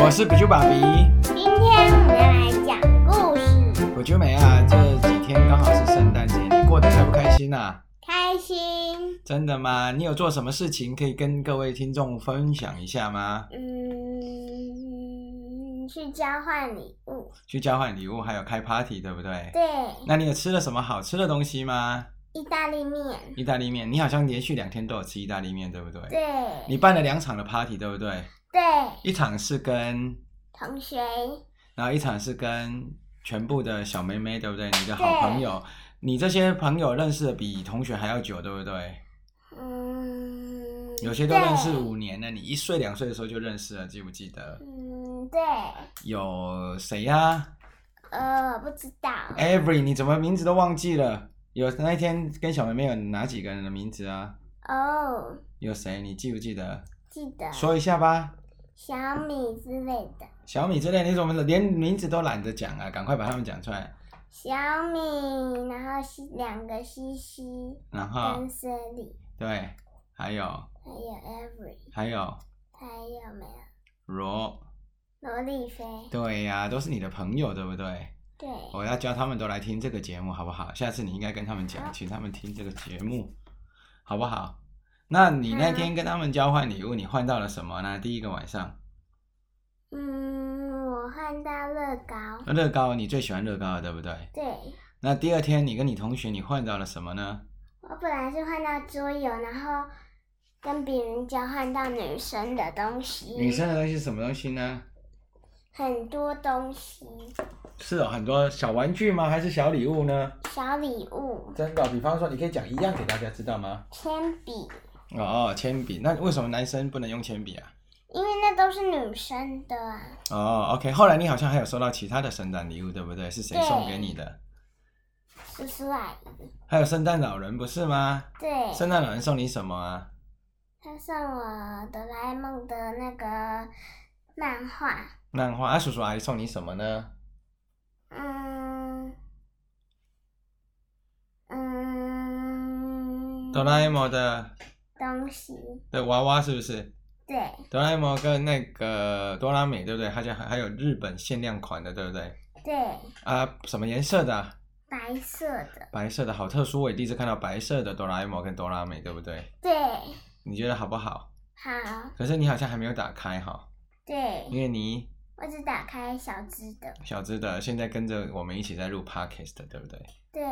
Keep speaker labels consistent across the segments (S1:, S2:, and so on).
S1: 我是比丘爸比。
S2: 今天我们来讲故事，
S1: 我觉得没啊，这几天刚好是圣诞节，你过得开不开心啊？
S2: 开心。
S1: 真的吗？你有做什么事情可以跟各位听众分享一下吗？
S2: 嗯，去交换礼物，
S1: 去交换礼物，还有开 party，对不对？
S2: 对，
S1: 那你有吃了什么好吃的东西吗？
S2: 意大利面，
S1: 意大利面，你好像连续两天都有吃意大利面，对不对？你
S2: 对，
S1: 办了两场的 party，对不对？
S2: 对，
S1: 一场是跟，
S2: 同学，
S1: 然后一场是跟全部的小妹妹，对不对？你的好朋友，你这些朋友认识的比同学还要久，对不对？
S2: 嗯，
S1: 有些都认识
S2: 对
S1: 五年了，你一岁两岁的时候就认识了，记不记得？
S2: 嗯，对，
S1: 有谁呀、
S2: 呃，不知道，
S1: e v e r y 你怎么名字都忘记了？有那一天跟小妹妹有哪几个人的名字啊？
S2: 哦，
S1: 有谁？你记不记得？
S2: 记得
S1: 说一下吧。
S2: 小米之类的，
S1: 小米之类，你怎么连名字都懒得讲啊？赶快把他们讲出来。
S2: 小米，然后西两个西西
S1: 然后
S2: 跟 Sally，
S1: 对，还有
S2: 还有 Every，
S1: 还有
S2: 还有没有
S1: 罗，
S2: 罗丽菲？
S1: 对呀、都是你的朋友，对不对？
S2: 对，
S1: 我哦要叫他们都来听这个节目，好不好？下次你应该跟他们讲，请他们听这个节目，好不好？那你那天跟他们交换礼物，你换到了什么呢？第一个晚上，
S2: 嗯，我换到乐高，
S1: 乐高，你最喜欢乐高了，对不对？
S2: 对
S1: 那第二天，你跟你同学，你换到了什么呢？
S2: 我本来是换到桌游，然后跟别人交换到女生的东西，
S1: 女生的东西是什么东西呢？
S2: 很多东西，
S1: 是有很多小玩具吗？还是小礼物呢？
S2: 小礼物，
S1: 真的，比方说，你可以讲一样给大家知道吗？
S2: 铅笔，
S1: 哦，铅笔。那为什么男生不能用铅笔啊？
S2: 因为那都是女生的啊，
S1: 哦，OK。后来你好像还有收到其他的圣诞礼物，对不对？是谁送给你的？
S2: 叔叔阿姨，
S1: 还有圣诞老人不是吗？
S2: 对，
S1: 圣诞老人送你什么啊？
S2: 他送我哆啦 A 梦的那个漫画，
S1: 漫画。啊，叔叔阿姨送你什么呢？
S2: 嗯。嗯，
S1: 哆啦 A 梦的
S2: 东西，
S1: 的娃娃是不是？
S2: 对，
S1: 哆啦 A 梦跟那个哆啦美，对不对？好像还还有日本限量款的，对不对？
S2: 对，
S1: 啊，什么颜色的啊？
S2: 白色的，
S1: 白色的，好特殊，我也第一次看到白色的哆啦 A 梦跟哆啦美，对不对？
S2: 对，
S1: 你觉得好不好？
S2: 好，
S1: 可是你好像还没有打开哈，因
S2: 对，
S1: 为你
S2: 我只打开小只的，
S1: 小只的现在跟着我们一起在录 podcast，对不对
S2: 对，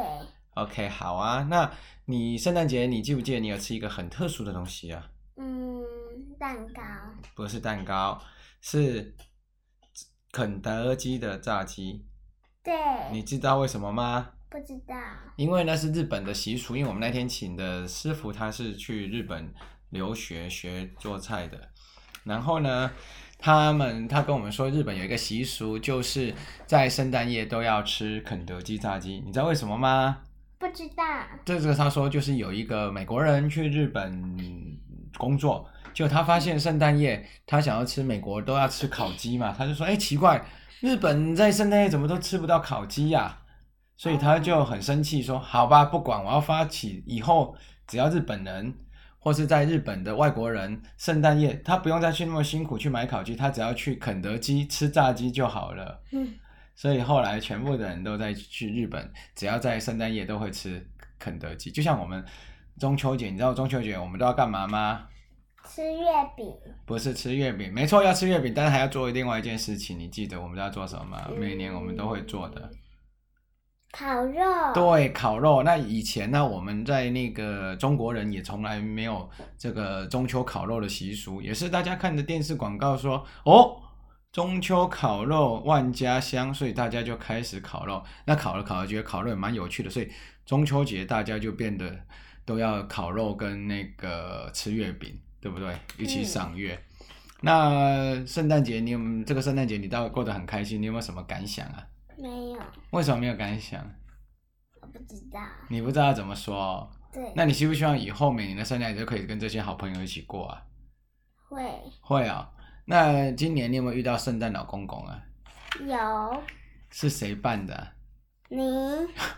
S1: ？OK，好啊。那你圣诞节你记不记得你有吃一个很特殊的东西啊？
S2: 嗯，蛋糕，
S1: 不是蛋糕，是肯德基的炸鸡。你
S2: 对，
S1: 知道为什么吗？
S2: 不知道，
S1: 因为那是日本的习俗，因为我们那天请的师傅他是去日本留学学做菜的，然后呢，他们他跟我们说日本有一个习俗，就是在圣诞夜都要吃肯德基炸鸡，你知道为什么吗？
S2: 不知道，
S1: 这个他说就是有一个美国人去日本工作，就他发现圣诞夜他想要吃美国都要吃烤鸡嘛，他就说哎奇怪，日本在圣诞夜怎么都吃不到烤鸡呀、所以他就很生气说好吧不管我要发起以后只要日本人或是在日本的外国人圣诞夜他不用再去那么辛苦去买烤鸡，他只要去肯德基吃炸鸡就好了。
S2: 嗯，
S1: 所以后来全部的人都在去日本，只要在圣诞夜都会吃肯德基。就像我们中秋节，你知道中秋节我们都要干嘛吗？
S2: 吃月饼，
S1: 不是吃月饼，没错，要吃月饼，但是还要做另外一件事情。你记得我们都要做什么吗？
S2: 嗯
S1: 每年我们都会做的，
S2: 烤肉，，
S1: 对，烤肉。那以前呢，我们在那个中国人也从来没有这个中秋烤肉的习俗，也是大家看着电视广告说哦。中秋烤肉万家香，所以大家就开始烤肉。那烤了烤了，觉得烤肉也蛮有趣的，所以中秋节大家就变得都要烤肉跟那个吃月饼，对不对？一起赏月。那圣诞节你有这个圣诞节你到底过得很开心，你有没有什么感想啊？
S2: 没有，
S1: 为什么没有感想？
S2: 我不知道，
S1: 你不知道怎么说哦、
S2: 对，
S1: 那你希不希望以后每年的圣诞节都可以跟这些好朋友一起过啊？
S2: 会
S1: 会啊、那今年你有没有遇到圣诞老公公啊？
S2: 有
S1: 是谁扮的啊？
S2: 你，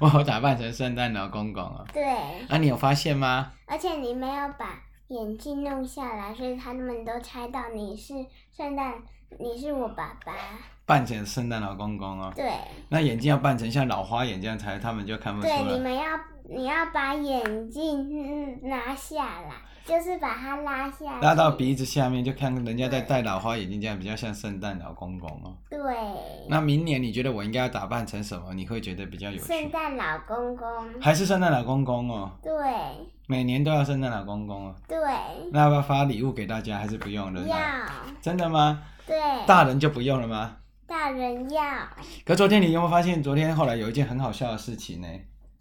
S1: 我打扮成圣诞老公公啊？
S2: 对，
S1: 啊，你有发现吗？
S2: 而且你没有把眼镜弄下来，所以他们都猜到你是圣诞，你是我爸爸。
S1: 扮成圣诞老公公哦。
S2: 对
S1: 那眼镜要扮成像老花眼这样才，他们就看不出
S2: 对，你
S1: 来。
S2: 们要你要把眼镜嗯拿下来，就是把它拉下来，
S1: 拉到鼻子下面就看人家在戴老花眼镜，这样比较像圣诞老公公哦。
S2: 对，
S1: 那明年你觉得我应该要打扮成什么？你会觉得比较有
S2: 圣
S1: 趣？
S2: 诞老公公，
S1: 还是圣诞老公公哦？
S2: 对
S1: 每年都要圣诞老公公哦。
S2: 对，
S1: 那要不要发礼物给大家？还是不用了呢？
S2: 要
S1: 真的吗？
S2: 对
S1: 大人就不用了吗？
S2: 大人要
S1: 可昨天你有没有发现，昨天后来有一件很好笑的事情呢？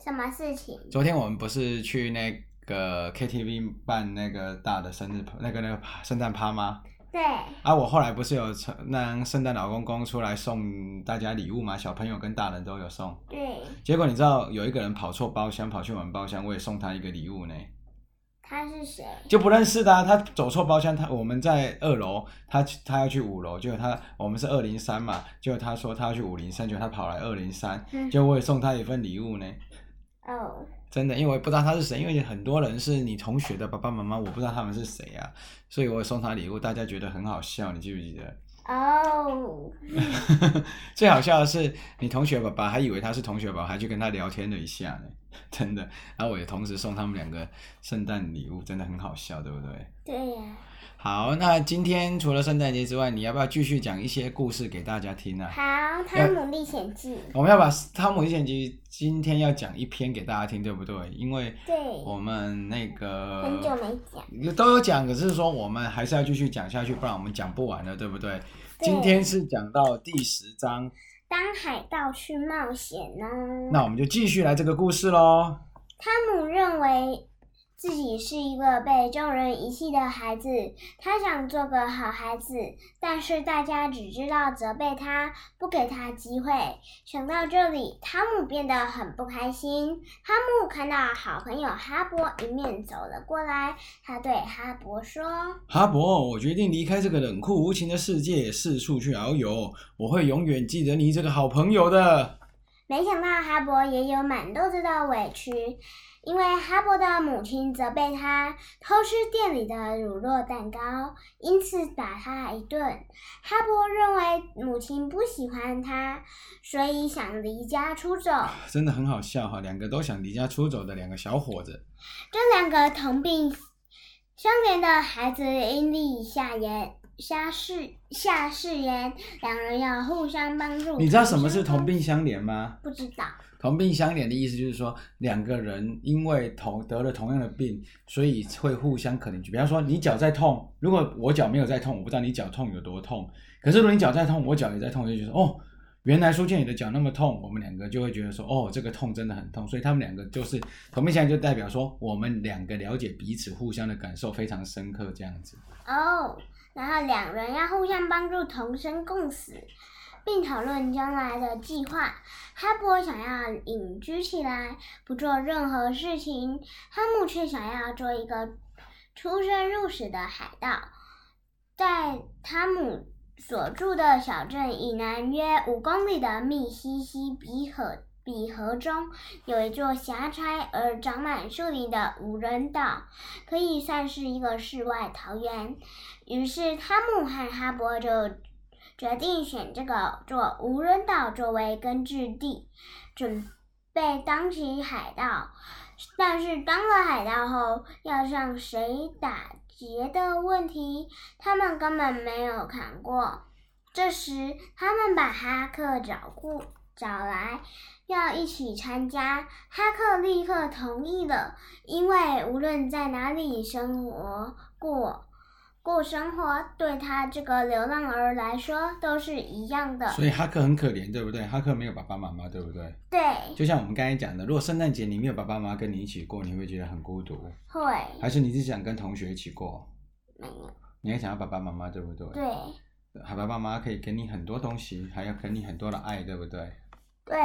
S2: 什么事情？
S1: 昨天我们不是去那个 KTV 办那个大的生日那个那个圣诞趴吗？
S2: 对
S1: 啊，我后来不是有成让圣诞老公公出来送大家礼物嘛，小朋友跟大人都有送。
S2: 对，
S1: 结果你知道有一个人跑错包厢，跑去我们包厢，我也送他一个礼物呢，
S2: 他是谁？
S1: 就不认识的、啊。他走错包厢，他我们在二楼，他去他要去五楼，结果他我们是二零三嘛，结果他说他要去五零三，结果他跑来二零三，
S2: 嗯
S1: 结果我也送他一份礼物呢。
S2: 哦，
S1: 真的，因为我也不知道他是谁，因为很多人是你同学的爸爸妈妈，我不知道他们是谁啊，所以我也送他礼物，大家觉得很好笑，你记不记得？
S2: 哦，
S1: 最好笑的是，你同学爸爸还以为他是同学爸爸，还去跟他聊天了一下呢，真的。然后我也同时送他们两个圣诞礼物，真的很好笑，对不对？
S2: 对呀、
S1: 好，那今天除了圣诞节之外，你要不要继续讲一些故事给大家听啊？
S2: 好，《汤姆历险记
S1: 我们要把《汤姆历险记》今天要讲一篇给大家听，对不对？因为》
S2: 对，
S1: 我们那个
S2: 很久没讲，
S1: 都有讲，可是说我们还是要继续讲下去，不然我们讲不完了，对不对？
S2: 对
S1: 今天是讲到第十章，
S2: 当海盗去冒险哦。
S1: 那我们就继续来这个故事喽。
S2: 汤姆认为自己是一个被众人遗弃的孩子，他想做个好孩子，但是大家只知道责备他，不给他机会。想到这里，汤姆变得很不开心。汤姆看到好朋友哈勃迎面走了过来，他对哈勃说
S1: 哈勃，我决定离开这个冷酷无情的世界，四处去遨游。我会永远记得你这个好朋友的。：“
S2: 没想到哈勃也有满肚子的委屈。”因为哈勃的母亲责备他偷吃店里的乳酪蛋糕，因此打他一顿。哈勃认为母亲不喜欢他，所以想离家出走。
S1: 真的很好笑哈，两个都想离家出走的两个小伙子。
S2: 这两个同病相怜的孩子因利下言下誓下誓言，两人要互相帮助。
S1: 你知道什么是同？病相怜吗？
S2: 不知道。
S1: 同病相怜的意思就是说，两个人因为同得了同样的病，所以会互相可怜。比方说，你脚在痛，如果我脚没有在痛，我不知道你脚痛有多痛。可是如果你脚在痛，我脚也在痛，就觉得哦，原来苏倩你的脚那么痛，我们两个就会觉得说，哦，这个痛真的很痛。所以他们两个就是同病相怜，就代表说我们两个了解彼此互相的感受非常深刻，这样子。
S2: 哦，然后两人要互相帮助，同生共死，并讨论将来的计划。哈勃想要隐居起来，不做任何事情；哈姆却想要做一个出生入死的海盗。在汤姆所住的小镇以南约五公里的密西西比河比河中，有一座狭窄而长满树林的无人岛。可以算是一个世外桃源。于是汤姆和哈勃就决定选这个做无人岛作为根据地，准备当起海盗。但是当了海盗后，要向谁打劫的问题，他们根本没有看过。这时，他们把哈克找过找来，要一起参加。哈克立刻同意了。因为无论在哪里生活过过生活，对他这个流浪儿来说都是一样的。
S1: 所以哈克很可怜，对不对？哈克没有爸爸妈妈，对不对？
S2: 对，
S1: 就像我们刚才讲的，如果圣诞节你没有爸爸妈妈跟你一起过，你会觉得很孤独。
S2: 会
S1: 还是你是想跟同学一起过？
S2: 没有
S1: 你还想要爸爸妈妈，对不对？
S2: 对
S1: 爸爸妈妈可以给你很多东西，还要给你很多的爱，对不对？
S2: 对。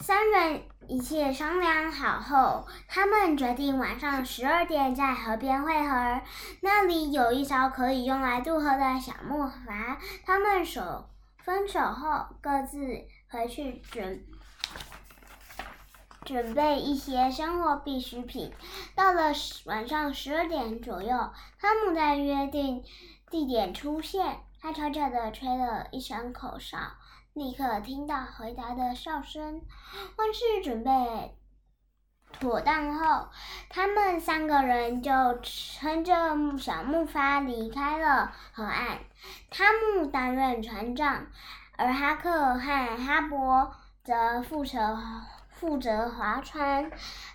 S2: 三人一切商量好后，他们决定晚上十二点在河边汇合，那里有一艘可以用来渡河的小木筏。他们手分手后，各自回去准准备一些生活必需品。到了十晚上十二点左右，汤姆在约定地点出现。他悄悄地吹了一声口哨，立刻听到回答的哨声。万事准备妥当后，他们三个人就撑着小木筏离开了河岸。汤姆担任船长，而哈克和哈勃则负责负责划船。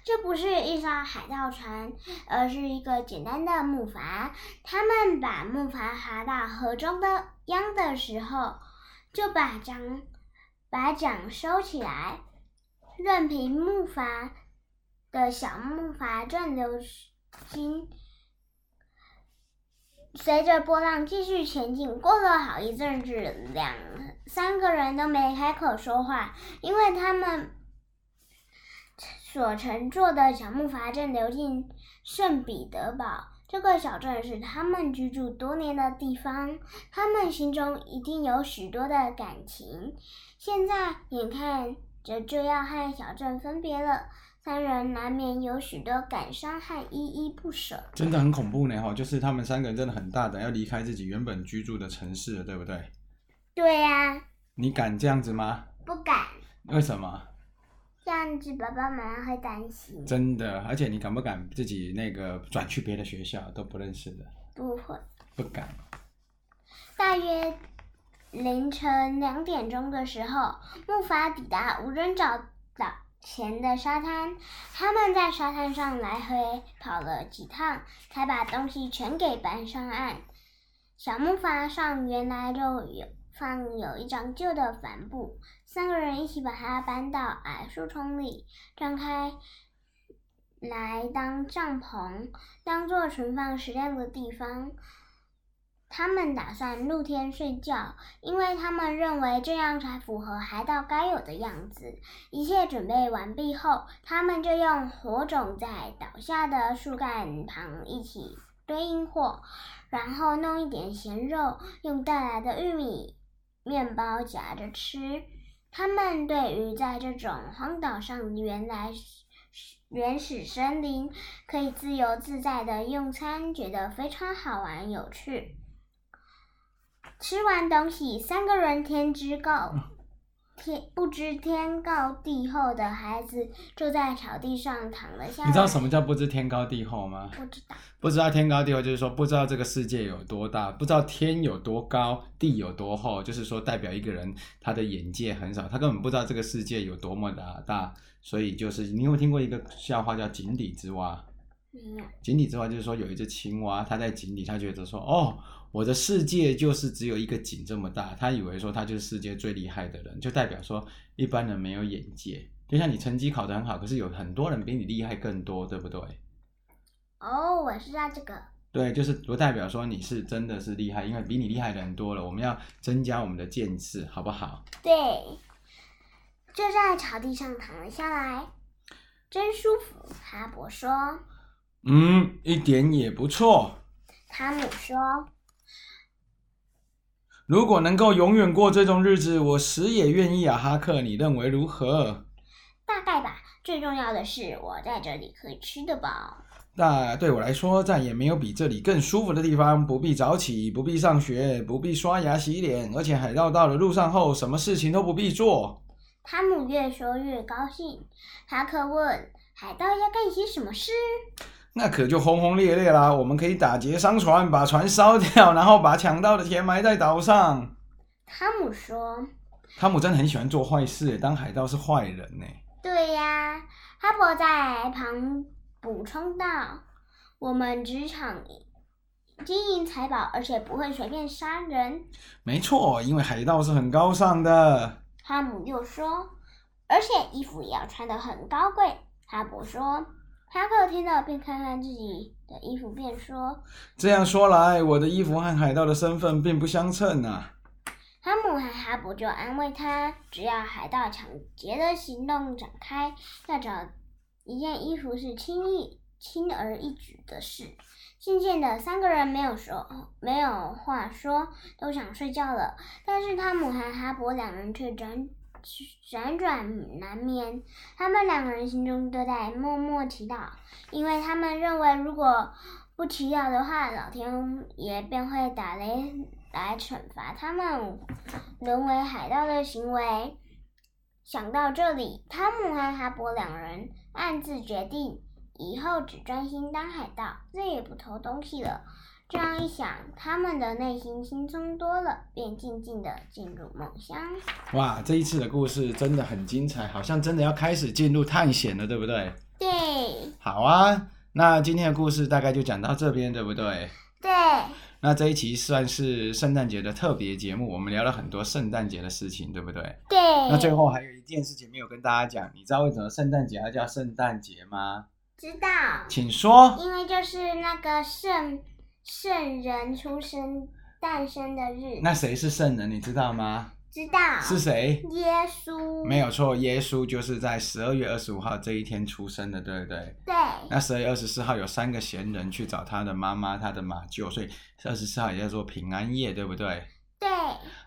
S2: 这不是一艘海盗船，而是一个简单的木筏。他们把木筏划到河中的央的时候，就把桨把桨收起来，任凭木筏的小木筏正流经。随着波浪继续前进，过了好一阵子，两三个人都没开口说话，因为他们所乘坐的小木筏正流进圣彼得堡。这个小镇是他们居住多年的地方，他们心中一定有许多的感情。现在眼看着就要和小镇分别了，三人难免有许多感伤和依依不舍。
S1: 真的很恐怖呢哈，就是他们三个人真的很大胆，要离开自己原本居住的城市了，对不对？
S2: 对呀、
S1: 你敢这样子吗？
S2: 不敢
S1: 为什么？
S2: 这样子，爸爸妈妈会担心。
S1: 真的，而且你敢不敢自己那个转去别的学校都不认识的？
S2: 不会。
S1: 不敢。
S2: 大约凌晨两点钟的时候，木筏抵达无人找岛前的沙滩。他们在沙滩上来回跑了几趟，才把东西全给搬上岸。小木筏上原来就有放有一张旧的帆布，三个人一起把它搬到矮树丛里，张开来当帐篷，当做存放食料的地方。他们打算露天睡觉，因为他们认为这样才符合海盗该有的样子。一切准备完毕后，他们就用火种在倒下的树干旁一起堆阴火，然后弄一点咸肉，用带来的玉米面包夹着吃。他们对于在这种荒岛上原来原始森林可以自由自在的用餐，觉得非常好玩有趣。吃完东西，三个人天知告
S1: 嗯
S2: 天不知天高地厚的孩子就在草地上躺了下来。
S1: 你知道什么叫不知天高地厚吗？
S2: 不知道。
S1: 不知道天高地厚，就是说不知道这个世界有多大，不知道天有多高，地有多厚，就是说代表一个人他的眼界很少，他根本不知道这个世界有多么的大，所以就是你有没有听过一个笑话叫井底之蛙？
S2: 没有。
S1: 井底之蛙就是说有一只青蛙，它在井底，它觉得说哦，我的世界就是只有一个井这么大，它以为说它就是世界最厉害的人，就代表说一般人没有眼界。就像你成绩考得很好，可是有很多人比你厉害更多，对不对？
S2: 哦，我知道这个。
S1: 对，就是不代表说你是真的是厉害，因为比你厉害的人多了。我们要增加我们的见识，好不好？
S2: 对，就在草地上躺了下来，真舒服。哈勃说。
S1: 嗯，一点也不错。
S2: 汤姆说
S1: 如果能够永远过这种日子，我死也愿意啊！哈克，你认为如何？：“
S2: 大概吧。最重要的是，我在这里可以吃得饱。
S1: 那对我来说，再也没有比这里更舒服的地方，不必早起，不必上学，不必刷牙洗脸，而且海盗到了路上后，什么事情都不必做。”
S2: 汤姆越说越高兴。哈克问：“海盗要干些什么事
S1: 那可就轰轰烈烈啦！我们可以打劫商船，把船烧掉，然后把抢到的钱埋在岛上。？”
S2: 汤姆说
S1: 汤姆真的很喜欢做坏事，当海盗是坏人呢。：“
S2: 对呀。”哈勃在旁补充道：“我们职场经营财宝，而且不会随便杀人。”
S1: 没错，因为海盗是很高尚的。
S2: 汤姆又说：“而且衣服也要穿得很高贵。”哈勃说。哈克听到便看看自己的衣服，便说
S1: 这样说来，我的衣服和海盗的身份并不相称啊。：“
S2: 汤姆和哈勃就安慰他，只要海盗抢劫的行动展开，要找一件衣服是轻易轻而易举的事。”渐渐的，三个人没有说没有话说，都想睡觉了。但是汤姆和哈勃两人却辗辗转难眠。他们两个人心中都在默默祈祷，因为他们认为如果不祈祷的话，老天爷便会打雷来惩罚他们沦为海盗的行为。想到这里，汤姆和哈勃两人暗自决定，以后只专心当海盗，再也不偷东西了。这样一想，他们的内心轻松多了，便静静的进入梦乡。
S1: 哇，这一次的故事真的很精彩，好像真的要开始进入探险了，对不对？
S2: 对
S1: 好啊，那今天的故事大概就讲到这边，对不对？
S2: 对
S1: 那这一期算是圣诞节的特别节目，我们聊了很多圣诞节的事情，对不对？
S2: 对，
S1: 那最后还有一件事情没有跟大家讲，你知道为什么圣诞节要叫圣诞节吗？
S2: 知道，
S1: 请说。
S2: 因为就是那个圣圣人出生诞生的日，
S1: 那谁是圣人，你知道吗？
S2: 知道
S1: 是谁？
S2: 耶稣，
S1: 没有错，耶稣就是在十二月二十五号这一天出生的，对不对？
S2: 对
S1: 那十二月二十四号有三个闲人去找他的妈妈、他的马厩，所以二十四号也叫做平安夜，对不对？
S2: 对，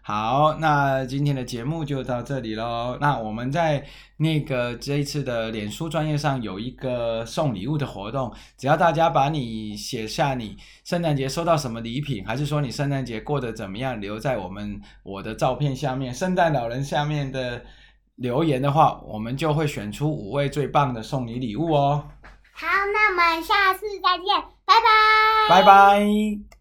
S1: 好，那今天的节目就到这里喽。那我们在那个这一次的脸书专业上有一个送礼物的活动，只要大家把你写下你圣诞节收到什么礼品，还是说你圣诞节过得怎么样，留在我们我的照片下面，圣诞老人下面的留言的话，我们就会选出五位最棒的送你礼物哦。
S2: 好，那我们下次再见，拜拜。
S1: 拜拜。